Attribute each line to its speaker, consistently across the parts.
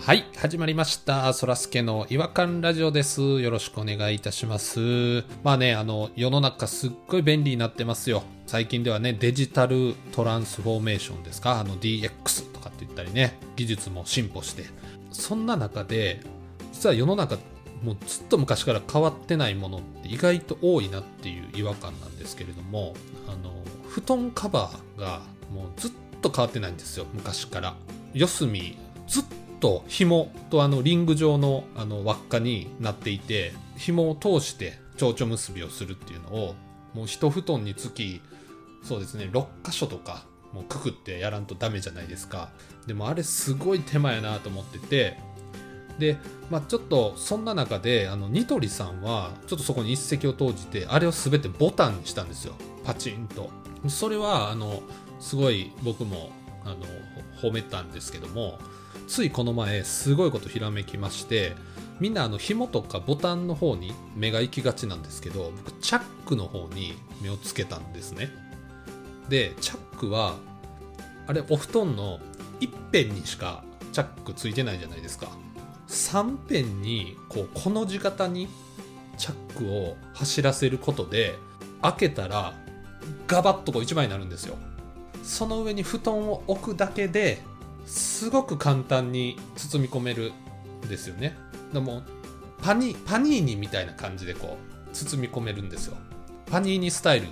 Speaker 1: はい、始まりました。そらすけの違和感ラジオです。よろしくお願いいたします。まあね、あの、世の中すっごい便利になってますよ。最近ではね、デジタルトランスフォーメーションですかあの DX とかって言ったりね、技術も進歩して。そんな中で、実は世の中、もうずっと昔から変わってないものって意外と多いなっていう違和感なんですけれども、あの、布団カバーがもうずっと変わってないんですよ、昔から。四隅、ずっと紐とあのリング状のあの輪っかになっていて、紐を通して蝶々結びをするっていうのを、もう一布団につき、そうですね、6箇所とか、もうくくってやらんとダメじゃないですか。でもあれすごい手間やなと思ってて、で、まあ、ちょっとそんな中であのニトリさんはちょっとそこに一石を投じてあれを全てボタンにしたんですよパチンとそれはあのすごい僕もあの褒めたんですけどもついこの前すごいことひらめきましてみんなあの紐とかボタンの方に目が行きがちなんですけど僕チャックの方に目をつけたんですねでチャックはあれお布団の一辺にしかチャックついてないじゃないですか3辺にこうこの字型にチャックを走らせることで開けたらガバッとこう1枚になるんですよその上に布団を置くだけですごく簡単に包み込めるんですよねでもパニパニーニみたいな感じでこう包み込めるんですよパニーニスタイルっ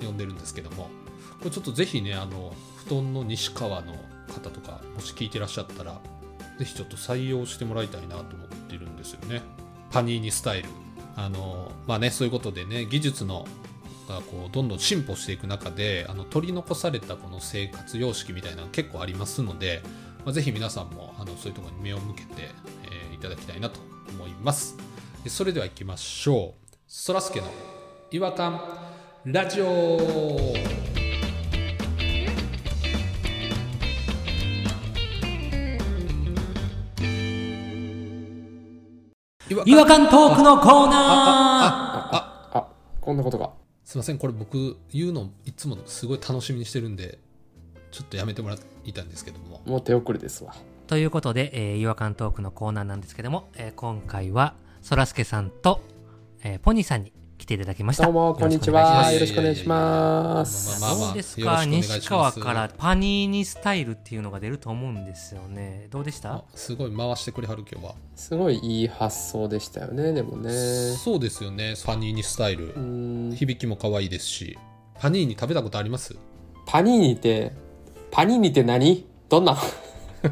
Speaker 1: て呼んでるんですけどもこれちょっとぜひねあの布団の西川の方とかもし聞いてらっしゃったらぜひちょっと採用してもらいたいなと思ってるんですよね。パニーニスタイル。あの、まあね、そういうことでね、技術のがこうどんどん進歩していく中で、あの取り残されたこの生活様式みたいなの結構ありますので、まあ、ぜひ皆さんもあのそういうところに目を向けて、えーいただきたいなと思います。でそれでは行きましょう。そらすけの違和感ラジオ
Speaker 2: 違和感トークのコーナー
Speaker 1: あ
Speaker 3: あ、こんなことが。
Speaker 1: すいませんこれ僕言うのいつもすごい楽しみにしてるんでちょっとやめてもらいたんですけども
Speaker 3: もう手遅れですわ。
Speaker 2: ということで、えー違和感トークのコーナーなんですけども、えー今回は、そらすけさんと、えーポニーさんに来ていただきました。
Speaker 3: どうも、こんにち
Speaker 2: よろ
Speaker 3: は。
Speaker 2: しくお願い
Speaker 3: よ
Speaker 2: し
Speaker 3: ろしくお願いしま
Speaker 1: いやいやいやまあ
Speaker 3: す。
Speaker 2: ます
Speaker 1: まあ
Speaker 2: どうです
Speaker 1: よろ
Speaker 2: か
Speaker 1: しくお願いします
Speaker 2: 西川からパニーニスタイルっていうのが出ると思うんですよね。どうでした
Speaker 1: あすごい回してくれはる今日は、
Speaker 3: すごいいい発想でしたよね、でもね。
Speaker 1: そうですよねパニーニスタイル、
Speaker 3: うーん
Speaker 1: 響きも可愛いですしパニーニ食べたことあります
Speaker 3: パニーニって、パニーニって何どんな
Speaker 2: フ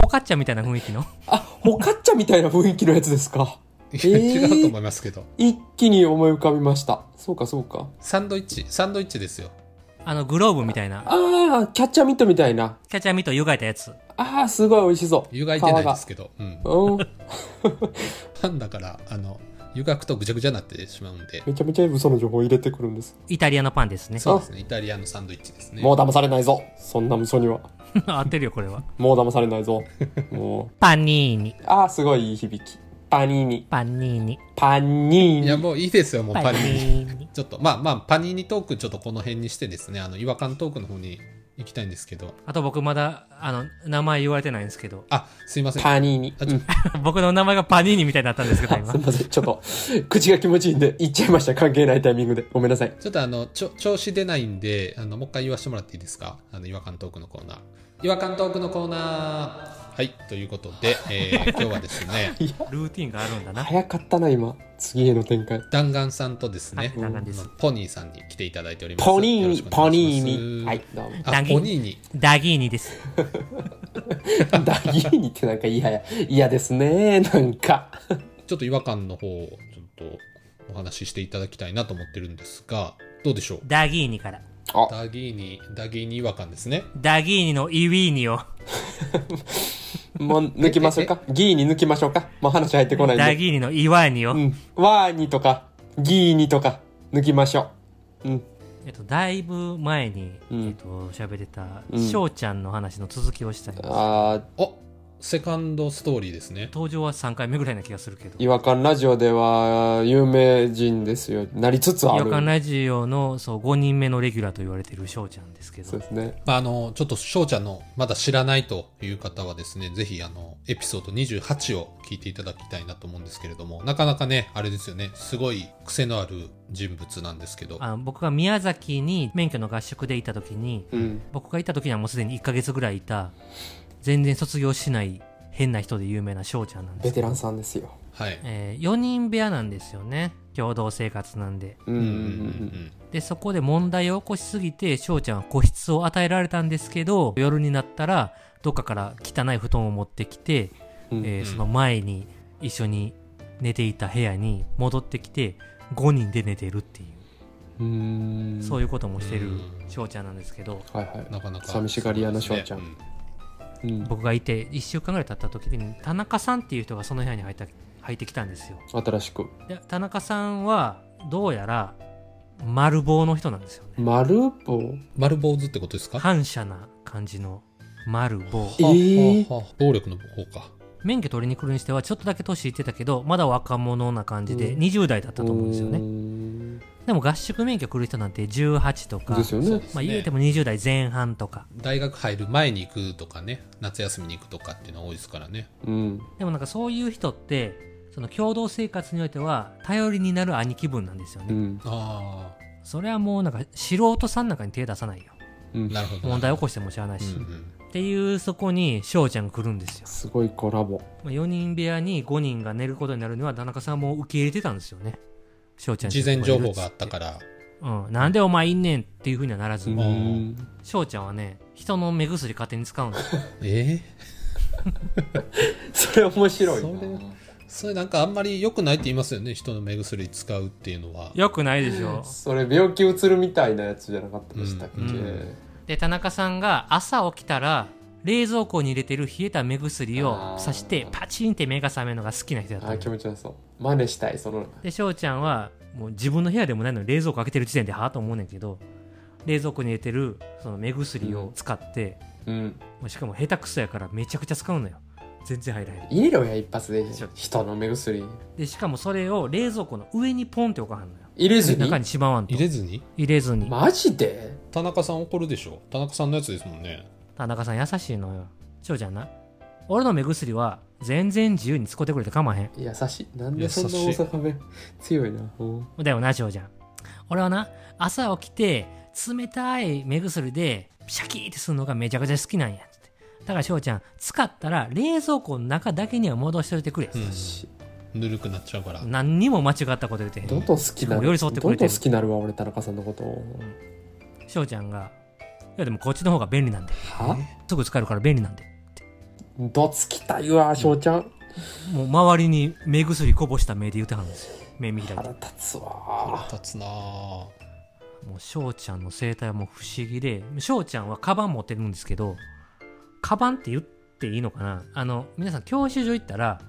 Speaker 2: ォカッチャみたいな雰囲気の
Speaker 3: あ、ホカッチャみたいな雰囲気のやつですか。
Speaker 1: いや
Speaker 3: えー
Speaker 1: 違うと思いますけど
Speaker 3: 一気に思い浮かびました。そうか、そうか。
Speaker 1: サンドイッチサンドイッチですよ
Speaker 2: あの、グローブみたいな、
Speaker 3: ああ、キャッチャーミットみたいな。
Speaker 2: キャチャミと湯がいたやつ。
Speaker 3: ああ、すごい美味しそう。
Speaker 1: 湯がいてないで
Speaker 3: 皮
Speaker 1: すけど、うん、
Speaker 3: が。うん。
Speaker 1: パンだからあの湯がくとぐちゃぐちゃになってしまうんで
Speaker 3: めちゃめちゃ嘘の情報入れてくるんです。
Speaker 2: イタリアのパンですね。
Speaker 1: そうですねイタリアのサンドイッチですね
Speaker 3: もう騙されないぞ。そんな嘘には。
Speaker 2: 合ってるよ、これは。
Speaker 3: もう騙されないぞ。も
Speaker 2: パニーニ、
Speaker 3: う。ああ、すごいいい響き。パニーニ。
Speaker 2: パニーニ、
Speaker 3: パニ
Speaker 1: いや
Speaker 3: ーニ。
Speaker 1: もういいですよもうパニーニ
Speaker 2: ーニ。
Speaker 1: ちょっとまあまあパニーニトークちょっとこの辺にしてですねあの違和感トークの方に行きたいんですけど
Speaker 2: あと僕まだ、あの、名前言われてないんですけど、
Speaker 1: あすいません
Speaker 3: パニーニ。
Speaker 1: あ
Speaker 3: うん、す
Speaker 2: 僕の名前がパニーニみたいになったんですけど、今
Speaker 3: み。ません。ちょっと、口が気持ちいいんで、言っちゃいました。関係ないタイミングで。ごめんなさい。
Speaker 1: ちょっとあのちょ調子出ないんであのもう一回言わせてもらっていいですかあの違和感トークのコーナー違和感トークのコーナーはいということで、えー今日はですね
Speaker 3: いや、
Speaker 2: ルーティンがあるんだな。
Speaker 3: 早かったな、今。次への展開。
Speaker 1: 弾丸さんとですね、
Speaker 2: はい弾丸です
Speaker 1: あのポニーさんに来ていただいております
Speaker 3: ポニ
Speaker 1: よ
Speaker 3: ー
Speaker 1: ろ
Speaker 3: ニ
Speaker 1: し、くお
Speaker 3: ポ
Speaker 1: 願いし
Speaker 3: ニ
Speaker 1: ます
Speaker 3: ーニ。はい、どうも。
Speaker 1: あポニーニ
Speaker 2: ダギーニです。
Speaker 3: ダギーニってなんか嫌や。嫌ですね。なんか。
Speaker 1: ちょっと違和感の方をちょっとお話ししていただきたいなと思ってるんですがどうでしょう
Speaker 2: ダギーニから。
Speaker 3: あ、
Speaker 1: ダギーニダギーニ違和感ですね
Speaker 2: ダギーニのイウィーニを。
Speaker 3: もう抜きましょうか。ギーニ抜きましょうか。もう話入ってこないん
Speaker 2: ダ
Speaker 3: で。
Speaker 2: ギーニのイワーニを。
Speaker 3: うん。ワーニとか、ギーニとか、抜きましょう。うん。
Speaker 2: えっと、だいぶ前に、
Speaker 3: うん
Speaker 2: えっと、喋ってた、
Speaker 3: うん
Speaker 2: 翔ちゃんの話の続きをしたいんです。
Speaker 3: あー
Speaker 1: おセカンドストーリーですね。
Speaker 2: 登場は3回目ぐらいな気がするけど
Speaker 3: 違和感ラジオでは有名人ですよ。なりつつあ
Speaker 2: 違
Speaker 3: る。
Speaker 2: 和感ラジオのそう5人目のレギュラーと言われてる翔ちゃんですけ
Speaker 3: そ
Speaker 2: ど
Speaker 3: うですね。
Speaker 1: まあ、あの、ちょっと翔ちゃんのまだ知らないという方はですね、ぜひあの、エピソード28を聞いていただきたいなと思うんですけれども、なかなかね、あれですよね、すごい癖のある人物なんですけど、
Speaker 2: あの僕が宮崎に免許の合宿でいた時に
Speaker 3: うん。
Speaker 2: 僕がいた時にはもうすでに1ヶ月ぐらいいた全然卒業しない変な人で有名な翔ちゃんなんで
Speaker 3: ベ
Speaker 2: すけ
Speaker 3: テ
Speaker 2: ど
Speaker 3: ランさんですよ。
Speaker 1: はい。
Speaker 2: え4人部屋なんですよね共同生活なんで
Speaker 3: うん
Speaker 1: う
Speaker 3: うんん
Speaker 1: うん
Speaker 3: う
Speaker 1: うん
Speaker 3: ん
Speaker 1: うん。
Speaker 2: でそこで問題を起こしすぎて翔ちゃんは個室を与えられたんですけど夜になったらどっかから汚い布団を持ってきて、
Speaker 3: うん
Speaker 2: えー
Speaker 1: うん
Speaker 2: その前に一緒に寝ていた部屋に戻ってきて5人で寝てるっていう、
Speaker 3: うーん。
Speaker 2: そういうこともしてる
Speaker 1: うん
Speaker 2: 翔ちゃんなんですけど
Speaker 3: はいはい。
Speaker 1: なかなか。
Speaker 3: 寂しがり屋の翔ちゃん
Speaker 1: そう
Speaker 3: うん。
Speaker 2: 僕がいて1週間ぐらい経った時に田中さんっていう人がその部屋に入った入ってきたんですよ
Speaker 3: 新しく。
Speaker 2: で田中さんはどうやら丸棒の人なんですよね
Speaker 3: 丸棒
Speaker 1: 丸坊主ってことですか
Speaker 2: 反射な感じの丸 棒
Speaker 3: えー
Speaker 1: ははは暴力の方か。
Speaker 2: 免許取りに来るにしてはちょっとだけ年いってたけどまだ若者な感じで
Speaker 3: うん
Speaker 2: 20代だったと思うんですよね、
Speaker 3: ね。
Speaker 2: でも合宿免許来る人なんて18とか、
Speaker 3: ですよね。
Speaker 2: まあ、言うて
Speaker 1: も。
Speaker 2: も20代前半とか
Speaker 1: 大学入る前に行くとかね、夏休みに行くとかっていうのは多いですからね。
Speaker 3: うん。
Speaker 2: でもなんかそういう人ってその共同生活においては頼りになる兄貴分なんですよ
Speaker 3: う
Speaker 2: ね、
Speaker 3: ん。
Speaker 1: あ
Speaker 2: それはもうなんか素人さんなんかに手出さないよ
Speaker 3: う
Speaker 1: あ、
Speaker 3: ん
Speaker 1: なるほど。
Speaker 2: 問題起
Speaker 1: こ
Speaker 2: こしても知らないし、
Speaker 1: うん
Speaker 2: っ
Speaker 1: うん
Speaker 2: ていうそこに翔ちゃんが来るんですよ、
Speaker 3: すごいコラボ。
Speaker 2: まあ、4人部屋に5人が寝ることになるには田中さんも受け入れてたんですよね翔ちゃん
Speaker 1: 事前情報があった
Speaker 2: ら
Speaker 1: から。
Speaker 2: うん、なんでお前いんねんっていうふうにはならず、
Speaker 1: ん
Speaker 3: うん。
Speaker 2: 翔ちゃんはね、人の目薬勝手に使うんですよ。
Speaker 1: え
Speaker 3: それ面白いな。
Speaker 1: それえそれなんかあんまり良くないって言いますよね。人の目薬使うっていうのは。
Speaker 2: よくないでしょ。
Speaker 3: それ病気うつるみたいなやつじゃなかったでしたっけ、
Speaker 1: うん
Speaker 2: うんで、田中さんが朝起きたら、冷蔵庫に入れてる冷えた目薬をさして、パチンって目が覚めるのが好きな人だ
Speaker 3: あ
Speaker 2: っ
Speaker 3: ー気
Speaker 2: たの。
Speaker 3: 持ちよさそう真似したいその
Speaker 2: で、翔ちゃんは、もう自分の部屋でもないのに冷蔵庫開けてる時点ではぁと思うねんけど、冷蔵庫に入れてるその目薬を使って、
Speaker 3: うん
Speaker 2: もうしかも下手くそやからめちゃくちゃ使うのよ。全然入らへん。
Speaker 3: 入れろや一発で
Speaker 2: ちょっと
Speaker 3: 人の目薬
Speaker 2: で、しかもそれを冷蔵庫の上にポンって置かはんのよ。
Speaker 3: 入れずに
Speaker 2: 中にしまわんと
Speaker 1: 入。れずに
Speaker 2: 入れずに。
Speaker 3: マジで
Speaker 1: 田中さん怒るでしょ。田中さんのやつですもんね。
Speaker 2: 田中さん優しいのよ翔ちゃんな俺の目薬は全然自由に使ってくれて構わへん
Speaker 3: 優しいなんでそんな大阪弁強いなうん
Speaker 2: だよな翔ちゃん俺はな朝起きて冷たい目薬でシャキーってするのがめちゃくちゃ好きなんやつってだから翔ちゃん使ったら冷蔵庫の中だけには戻しておいてくれ、
Speaker 1: うん
Speaker 3: し
Speaker 1: ぬるくなっちゃうから。
Speaker 2: 何にも間違ったこと言うてへん
Speaker 3: どんどん好きな
Speaker 2: もう
Speaker 3: る
Speaker 2: 寄り添ってく
Speaker 3: ど
Speaker 2: れ
Speaker 3: ん
Speaker 2: て
Speaker 3: ど
Speaker 2: る
Speaker 3: ん好きなるわ俺田中さんのことを
Speaker 2: 翔ちゃんがいやでもこっちの方が便利なんです
Speaker 3: は
Speaker 2: ぐ使えるから便利なんで
Speaker 3: どつきたいわ翔ちゃん
Speaker 2: もう周りに目薬こぼした目で言うてはるんですよ目見開いて
Speaker 3: 腹立つわ
Speaker 1: 立つなぁ。
Speaker 2: もう翔ちゃんの生態はもう不思議で翔ちゃんはカバン持ってるんですけどカバンって言っていいのかなあの皆さん教習所行ったら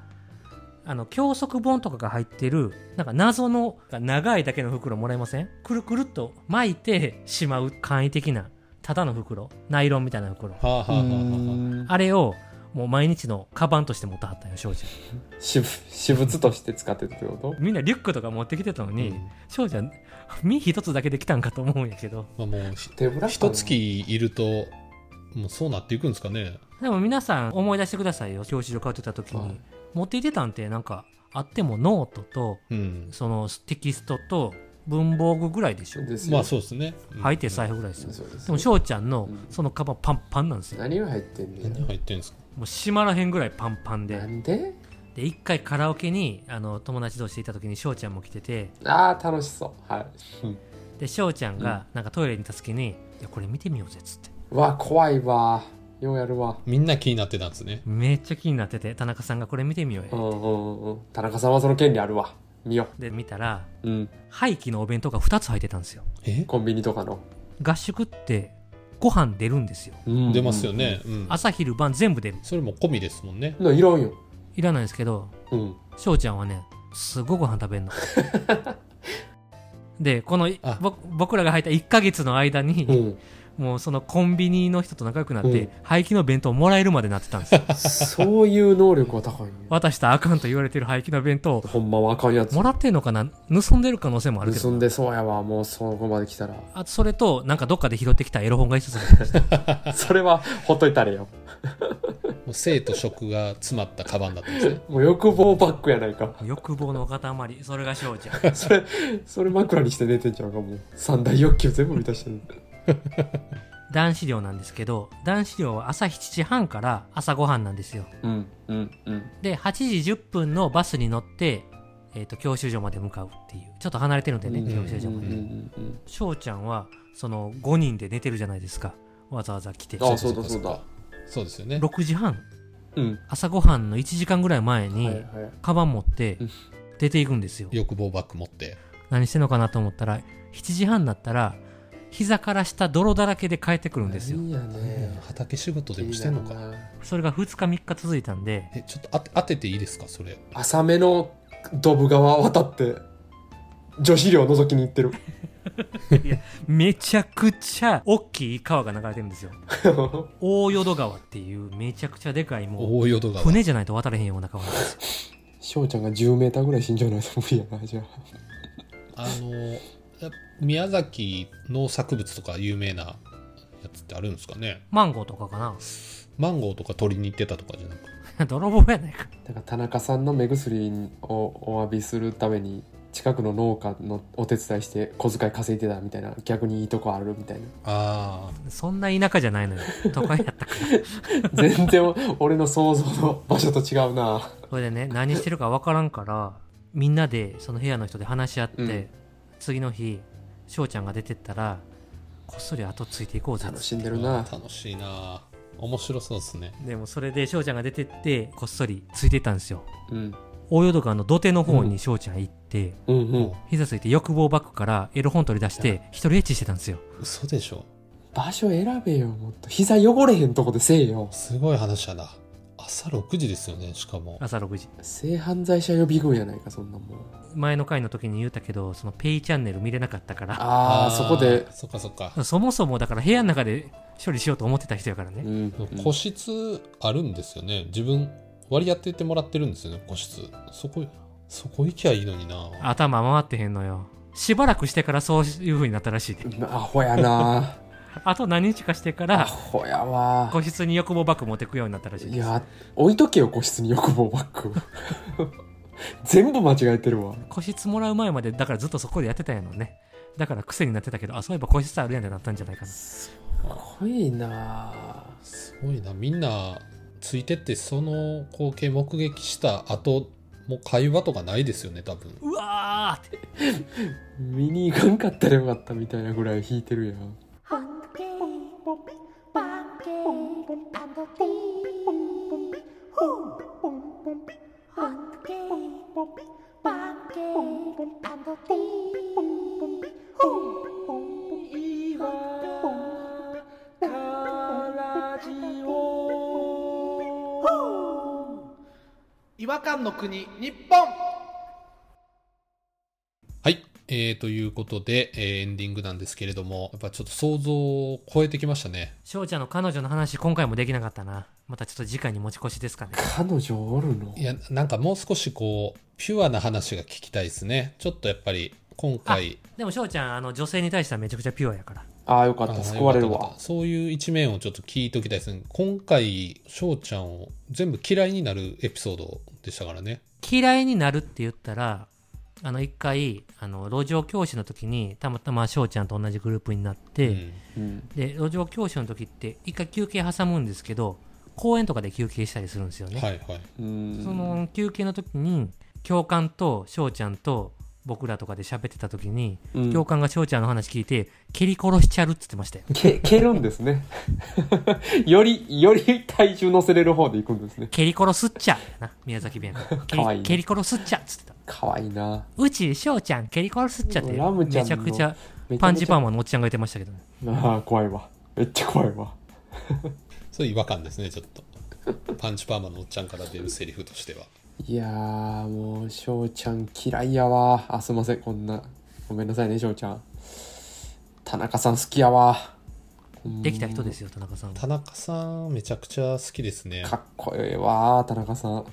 Speaker 2: あの教則本とかが入ってるなんか謎の長いだけの袋もらえませんくるくるっと巻いてしまう簡易的なただの袋ナイロンみたいな袋
Speaker 1: はあ、はあ
Speaker 3: う
Speaker 1: はあは
Speaker 3: ん
Speaker 2: あれをもう毎日のカバンとして持ってはったんよ翔ちゃ
Speaker 3: 私私物として使ってるってこと
Speaker 2: んみんなリュックとか持ってきてたの
Speaker 1: あ、う
Speaker 2: に、
Speaker 1: ん
Speaker 2: 翔ちゃん 身一つだけできたんかと思うんやけど
Speaker 1: まあ、もうひ
Speaker 3: 手ぶら
Speaker 1: 一月いるともうそうなっていくんですかね
Speaker 2: でも皆さん思い出してくださいよ教習所通ってた時に、
Speaker 3: はい
Speaker 2: 持っていってたんってなんかあってもノートと
Speaker 1: うん
Speaker 2: そのテキストと文房具ぐらいでしょ
Speaker 3: ですよ
Speaker 1: まあそうですね、うん
Speaker 2: 入って財布ぐらいですよ、
Speaker 3: そうです
Speaker 2: でも翔ちゃんの
Speaker 3: うん
Speaker 2: そのカバンパンパンなんですよ
Speaker 3: 何が入ってんねん
Speaker 1: 何入ってんですか
Speaker 2: もう閉まらへんぐらいパンパンで
Speaker 3: なんで
Speaker 2: で一回カラオケにあの友達同士でいた時に翔ちゃんも来てて
Speaker 3: ああ楽しそうはい、
Speaker 2: で翔ちゃんがなんかトイレにいた時に「いやこれ見てみようぜ」っつって
Speaker 3: うわ怖いわようやるわ
Speaker 1: みんな気になってたんですね
Speaker 2: めっちゃ気になってて田中さんが「これ見てみよう
Speaker 3: うん
Speaker 2: よ
Speaker 3: うんうん田中さんはその権利あるわ見よ」
Speaker 2: で見たら
Speaker 3: ううん
Speaker 2: 廃棄のお弁当が2つ入ってたんですよ
Speaker 1: え、
Speaker 3: コンビニとかの、
Speaker 2: 合宿ってご飯出るんですよ
Speaker 3: うん
Speaker 1: 出ますよね、うん
Speaker 2: 朝昼晩全部出る
Speaker 1: それも込みですもんね
Speaker 3: うんいらんよ
Speaker 2: いらないですけど
Speaker 3: うん
Speaker 2: 翔ちゃんはねすごいご飯食べん のでこの
Speaker 1: あ
Speaker 2: ぼ僕らが入った1ヶ月の間に、
Speaker 3: うん
Speaker 2: もうそのコンビニの人と仲良くなって、廃棄の弁当をもらえるまでなってたん ですよ
Speaker 3: そういう能力は高いんや
Speaker 2: 渡したらあかんと言われてる廃棄の弁当を
Speaker 3: ほんまはあかんやつ
Speaker 2: もらってんのかな盗んでる可能性もあるけ
Speaker 3: 盗
Speaker 2: ど
Speaker 3: んでそうやわもうそこまで来たら
Speaker 2: あとそれとなんかどっかで拾ってきたエロ本が一つありました
Speaker 3: それはほっといたれよ
Speaker 1: もう生と食が詰まったカバンだったんですね。
Speaker 3: もう欲望バッグやないか
Speaker 2: 欲望の塊それが翔ちゃん
Speaker 3: それそれ枕にして寝てんちゃうかもう三大欲求全部満たしてる
Speaker 2: 男子寮なんですけど男子寮は朝7時半から朝ごはんなんですよ
Speaker 3: うんうんうん
Speaker 2: で8時10分のバスに乗って、えー、と教習所まで向かうっていうちょっと離れてるんでね、
Speaker 1: うん
Speaker 2: 教習所
Speaker 3: うん
Speaker 2: ま
Speaker 3: うん
Speaker 2: で
Speaker 3: うん
Speaker 2: 翔ちゃんはその5人で寝てるじゃないですかわざわざ来て
Speaker 3: あそうだそうだ
Speaker 1: そうですよね。
Speaker 2: 6時半
Speaker 3: うん
Speaker 2: 朝ごはんの1時間ぐらい前に、
Speaker 3: はいはい
Speaker 2: カバン持って
Speaker 3: うん
Speaker 2: 出ていくんですよ
Speaker 1: 欲望バッグ持って。
Speaker 2: 何してんのかなと思ったら7時半になったら膝から下泥だらけで帰ってくるんですよ
Speaker 3: いいやね
Speaker 1: 畑仕事でもしてんの
Speaker 3: いい
Speaker 1: か。
Speaker 3: な
Speaker 2: それが2日3日続いたんで
Speaker 1: え、ちょっと当て当てていいですか、それ。
Speaker 3: 浅めのドブ川渡って女子寮覗きに行ってる
Speaker 2: めちゃくちゃ大きい川が流れてるんですよ大淀川っていうめちゃくちゃでかいもう
Speaker 1: 大淀川。
Speaker 2: 船じゃないと渡れへんような川なんですよ
Speaker 3: 翔ちゃんが1 0ーぐらい死んじゃうのは無理やなじゃあ
Speaker 1: あの、や宮崎農作物とか有名なやつってあるんですかね。
Speaker 2: マンゴーとかか
Speaker 1: マンゴーとか取りに行ってたとかじゃなく
Speaker 2: な 泥棒やないか
Speaker 3: だから田中さんの目薬をお詫びするために近くの農家のお手伝いして小遣い稼いでたみたいな逆にいいとこあるみたいな
Speaker 1: あ
Speaker 2: そんな田舎じゃないのよ都会やったから
Speaker 3: 全然俺の想像の場所と違うな
Speaker 2: それでね何してるか分からんからみんなでその部屋の人で話し合って、
Speaker 3: うん
Speaker 2: 次の日翔ちゃんが出てったらこっそり後ついていこうぜっつっ
Speaker 3: 楽
Speaker 2: て
Speaker 3: しんで
Speaker 1: あ。
Speaker 3: る
Speaker 1: うわ
Speaker 3: な
Speaker 1: 楽しいな。面白そうですね。
Speaker 2: でもそれで翔ちゃんが出てってこっそりついていったんですよ
Speaker 3: うん
Speaker 2: 大淀川の土手の方に翔ちゃん行って、
Speaker 3: うんうん
Speaker 2: 膝ついて欲望バッグからエロ本取り出して一人エッチしてたんですよ
Speaker 1: 嘘でしょ。
Speaker 3: 場所選べよもっと膝汚れへんとこでせえよ
Speaker 1: すごい話やな。朝6時ですよね、しかも。
Speaker 2: 朝6時
Speaker 3: 性犯罪者予備軍やないかそんなもん
Speaker 2: 前の回の時に言ったけどそのペイチャンネル見れなかったから
Speaker 3: ああそこで
Speaker 1: ーそっかそっか。
Speaker 2: そもそもだから部屋の中で処理しようと思ってた人やからね、
Speaker 3: うん
Speaker 1: 個室あるんですよね自分割り当ててもらってるんですよね個室そこそこ行きゃいいのにな
Speaker 2: 頭回ってへんのよしばらくしてからそういう風になったらしいで
Speaker 3: うんアホや な
Speaker 2: あと何日かしてか
Speaker 3: ア
Speaker 2: ら
Speaker 3: ホやわ
Speaker 2: 個室に欲望バッグ持ってくようになったらしい
Speaker 3: い
Speaker 2: です
Speaker 3: や置いとけよ個室に欲望バッグ 全部間違えてるわ
Speaker 2: 個室もらう前までだからずっとそこでやってたんやろねだから癖になってたけどあそういえば個室あるやんってなったんじゃないかな
Speaker 3: すごいなあ
Speaker 1: すごいなみんなついてってその光景目撃した後もう会話とかないですよね多分
Speaker 2: うわーって
Speaker 3: 見に行かんかったらよかったみたいなぐらい弾いてるやん
Speaker 4: Hunky,
Speaker 5: 違和感の国日本
Speaker 1: はいえー、ということで、えーエンディングなんですけれどもやっぱちょっと想像を超えてきましたね
Speaker 2: 翔ちゃんの彼女の話今回もできなかったなまたちょっと次回に持ち越しですかね
Speaker 3: 彼女おるの
Speaker 1: いやなんかもう少しこうピュアな話が聞きたいですねちょっとやっぱり今回
Speaker 2: でも翔ちゃんあの女性に対してはめちゃくちゃピュアやから
Speaker 3: ああよかっ
Speaker 1: あ
Speaker 3: た
Speaker 1: ー
Speaker 3: 救われる
Speaker 1: よかったよか
Speaker 3: わ
Speaker 1: ったそういう一面をちょっと聞いときたいですね今回翔ちゃんを全部嫌いになるエピソードでしたからね
Speaker 2: 嫌いになるって言ったらあの一回あの路上教師の時にたまたま翔ちゃんと同じグループになって、
Speaker 1: うん
Speaker 3: うん
Speaker 2: で路上教師の時って一回休憩挟むんですけど公園とかで休憩したりするんですよね、
Speaker 1: はいはい
Speaker 3: うん
Speaker 2: その休憩の時に教官と翔ちゃんと僕らとかで喋ってた時に、
Speaker 3: うん
Speaker 2: 教官が翔ちゃんの話聞いて蹴り殺しちゃるっつってましたよ
Speaker 3: け蹴るんですね よりより体重乗せれる方で行くんですね
Speaker 2: 蹴り殺すっちゃやな宮崎弁蹴
Speaker 3: かわい
Speaker 2: り
Speaker 3: い
Speaker 2: 蹴り殺すっちゃっつってた
Speaker 3: かわいいな
Speaker 2: うち翔ちゃん蹴り殺すっちゃって
Speaker 3: ラムちゃ
Speaker 2: め
Speaker 3: ん
Speaker 2: ちゃ
Speaker 3: の
Speaker 2: くちゃ
Speaker 3: めちゃめちゃ
Speaker 2: パンチパーマのおっちゃんが言ってましたけどね
Speaker 3: ああ怖いわめっちゃ怖いわ
Speaker 1: そういう違和感ですねちょっとパンチパーマのおっちゃんから出るセリフとしてはい
Speaker 3: やーもう翔ちゃん嫌いやわあすいませんこんなごめんなさいね翔ちゃん田中さん好きやわ
Speaker 2: できた人ですよ田中さんは
Speaker 1: 田中さん、めちゃくちゃ好きですね。
Speaker 3: かっこええわー田中さん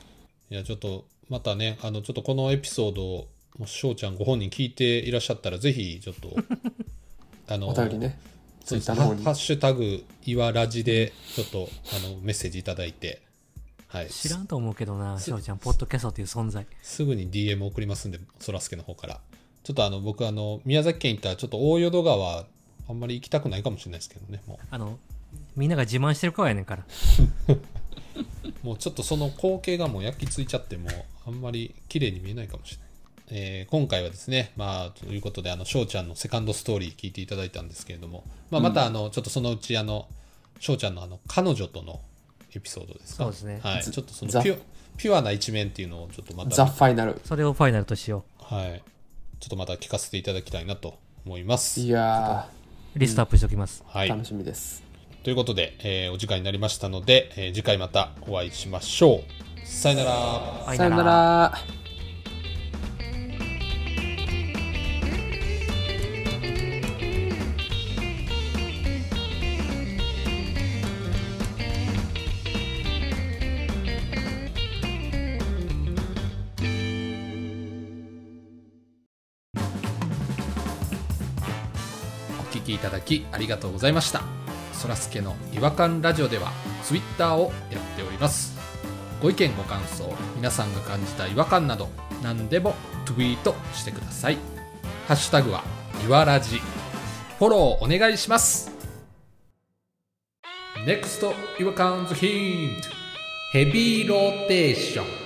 Speaker 1: いや、ちょっと、またね、あの、ちょっとこのエピソードを、もし翔ちゃんご本人聞いていらっしゃったら、ぜひ、ちょっ と、あの、
Speaker 3: お便りね
Speaker 1: そうです
Speaker 3: ツイッター
Speaker 1: ハ
Speaker 3: の方に
Speaker 1: ッシュタグ、いわらじで、ちょっと、あの、メッセージいただいて、はい。
Speaker 2: 知らんと思うけどな
Speaker 1: す
Speaker 2: 翔ちゃんポッドキャストという存在
Speaker 1: すぐに DM 送りますんで、そらすけの方から。ちょっとあの、僕、あの、宮崎県行ったら、ちょっと大淀川、あんまり行きたくないかもしれないですけどね、も
Speaker 2: あのみんなが自慢してる顔やねんから
Speaker 1: う、もうちょっとその光景がもう焼き付いちゃって、もう、あんまり綺麗に見えないかもしれない。えー今回はですね、まあ、ということで、あの、翔ちゃんのセカンドストーリー聞いていただいたんですけれども、まあ、また、あの、ちょっとそのうち、あの、翔ちゃんの、あの、彼女とのエピソードですか。
Speaker 2: そうですね
Speaker 1: はい。ちょっとその
Speaker 3: ザ
Speaker 1: ピュ、ピュアな一面っていうのを、ちょっとまた、
Speaker 3: ザ・ファイナル
Speaker 2: それをファイナルとしよ
Speaker 1: はい。ちょっとまた聞かせていただきたいなと思います。
Speaker 3: いや
Speaker 2: うリストアップしておきます、
Speaker 1: は
Speaker 3: ー
Speaker 1: い。
Speaker 3: 楽しみです、
Speaker 1: ということで、えーお時間になりましたので、えー次回またお会いしましょう。さよなら。
Speaker 2: はい
Speaker 3: さよなら
Speaker 1: お聞きいただきありがとうございましたそらすけの違和感ラジオではツイッターをやっておりますご意見ご感想皆さんが感じた違和感など何でもツイートしてくださいハッシュタグはいわらじフォローお願いします NEXT 違和感ズヒントヘビーローテーション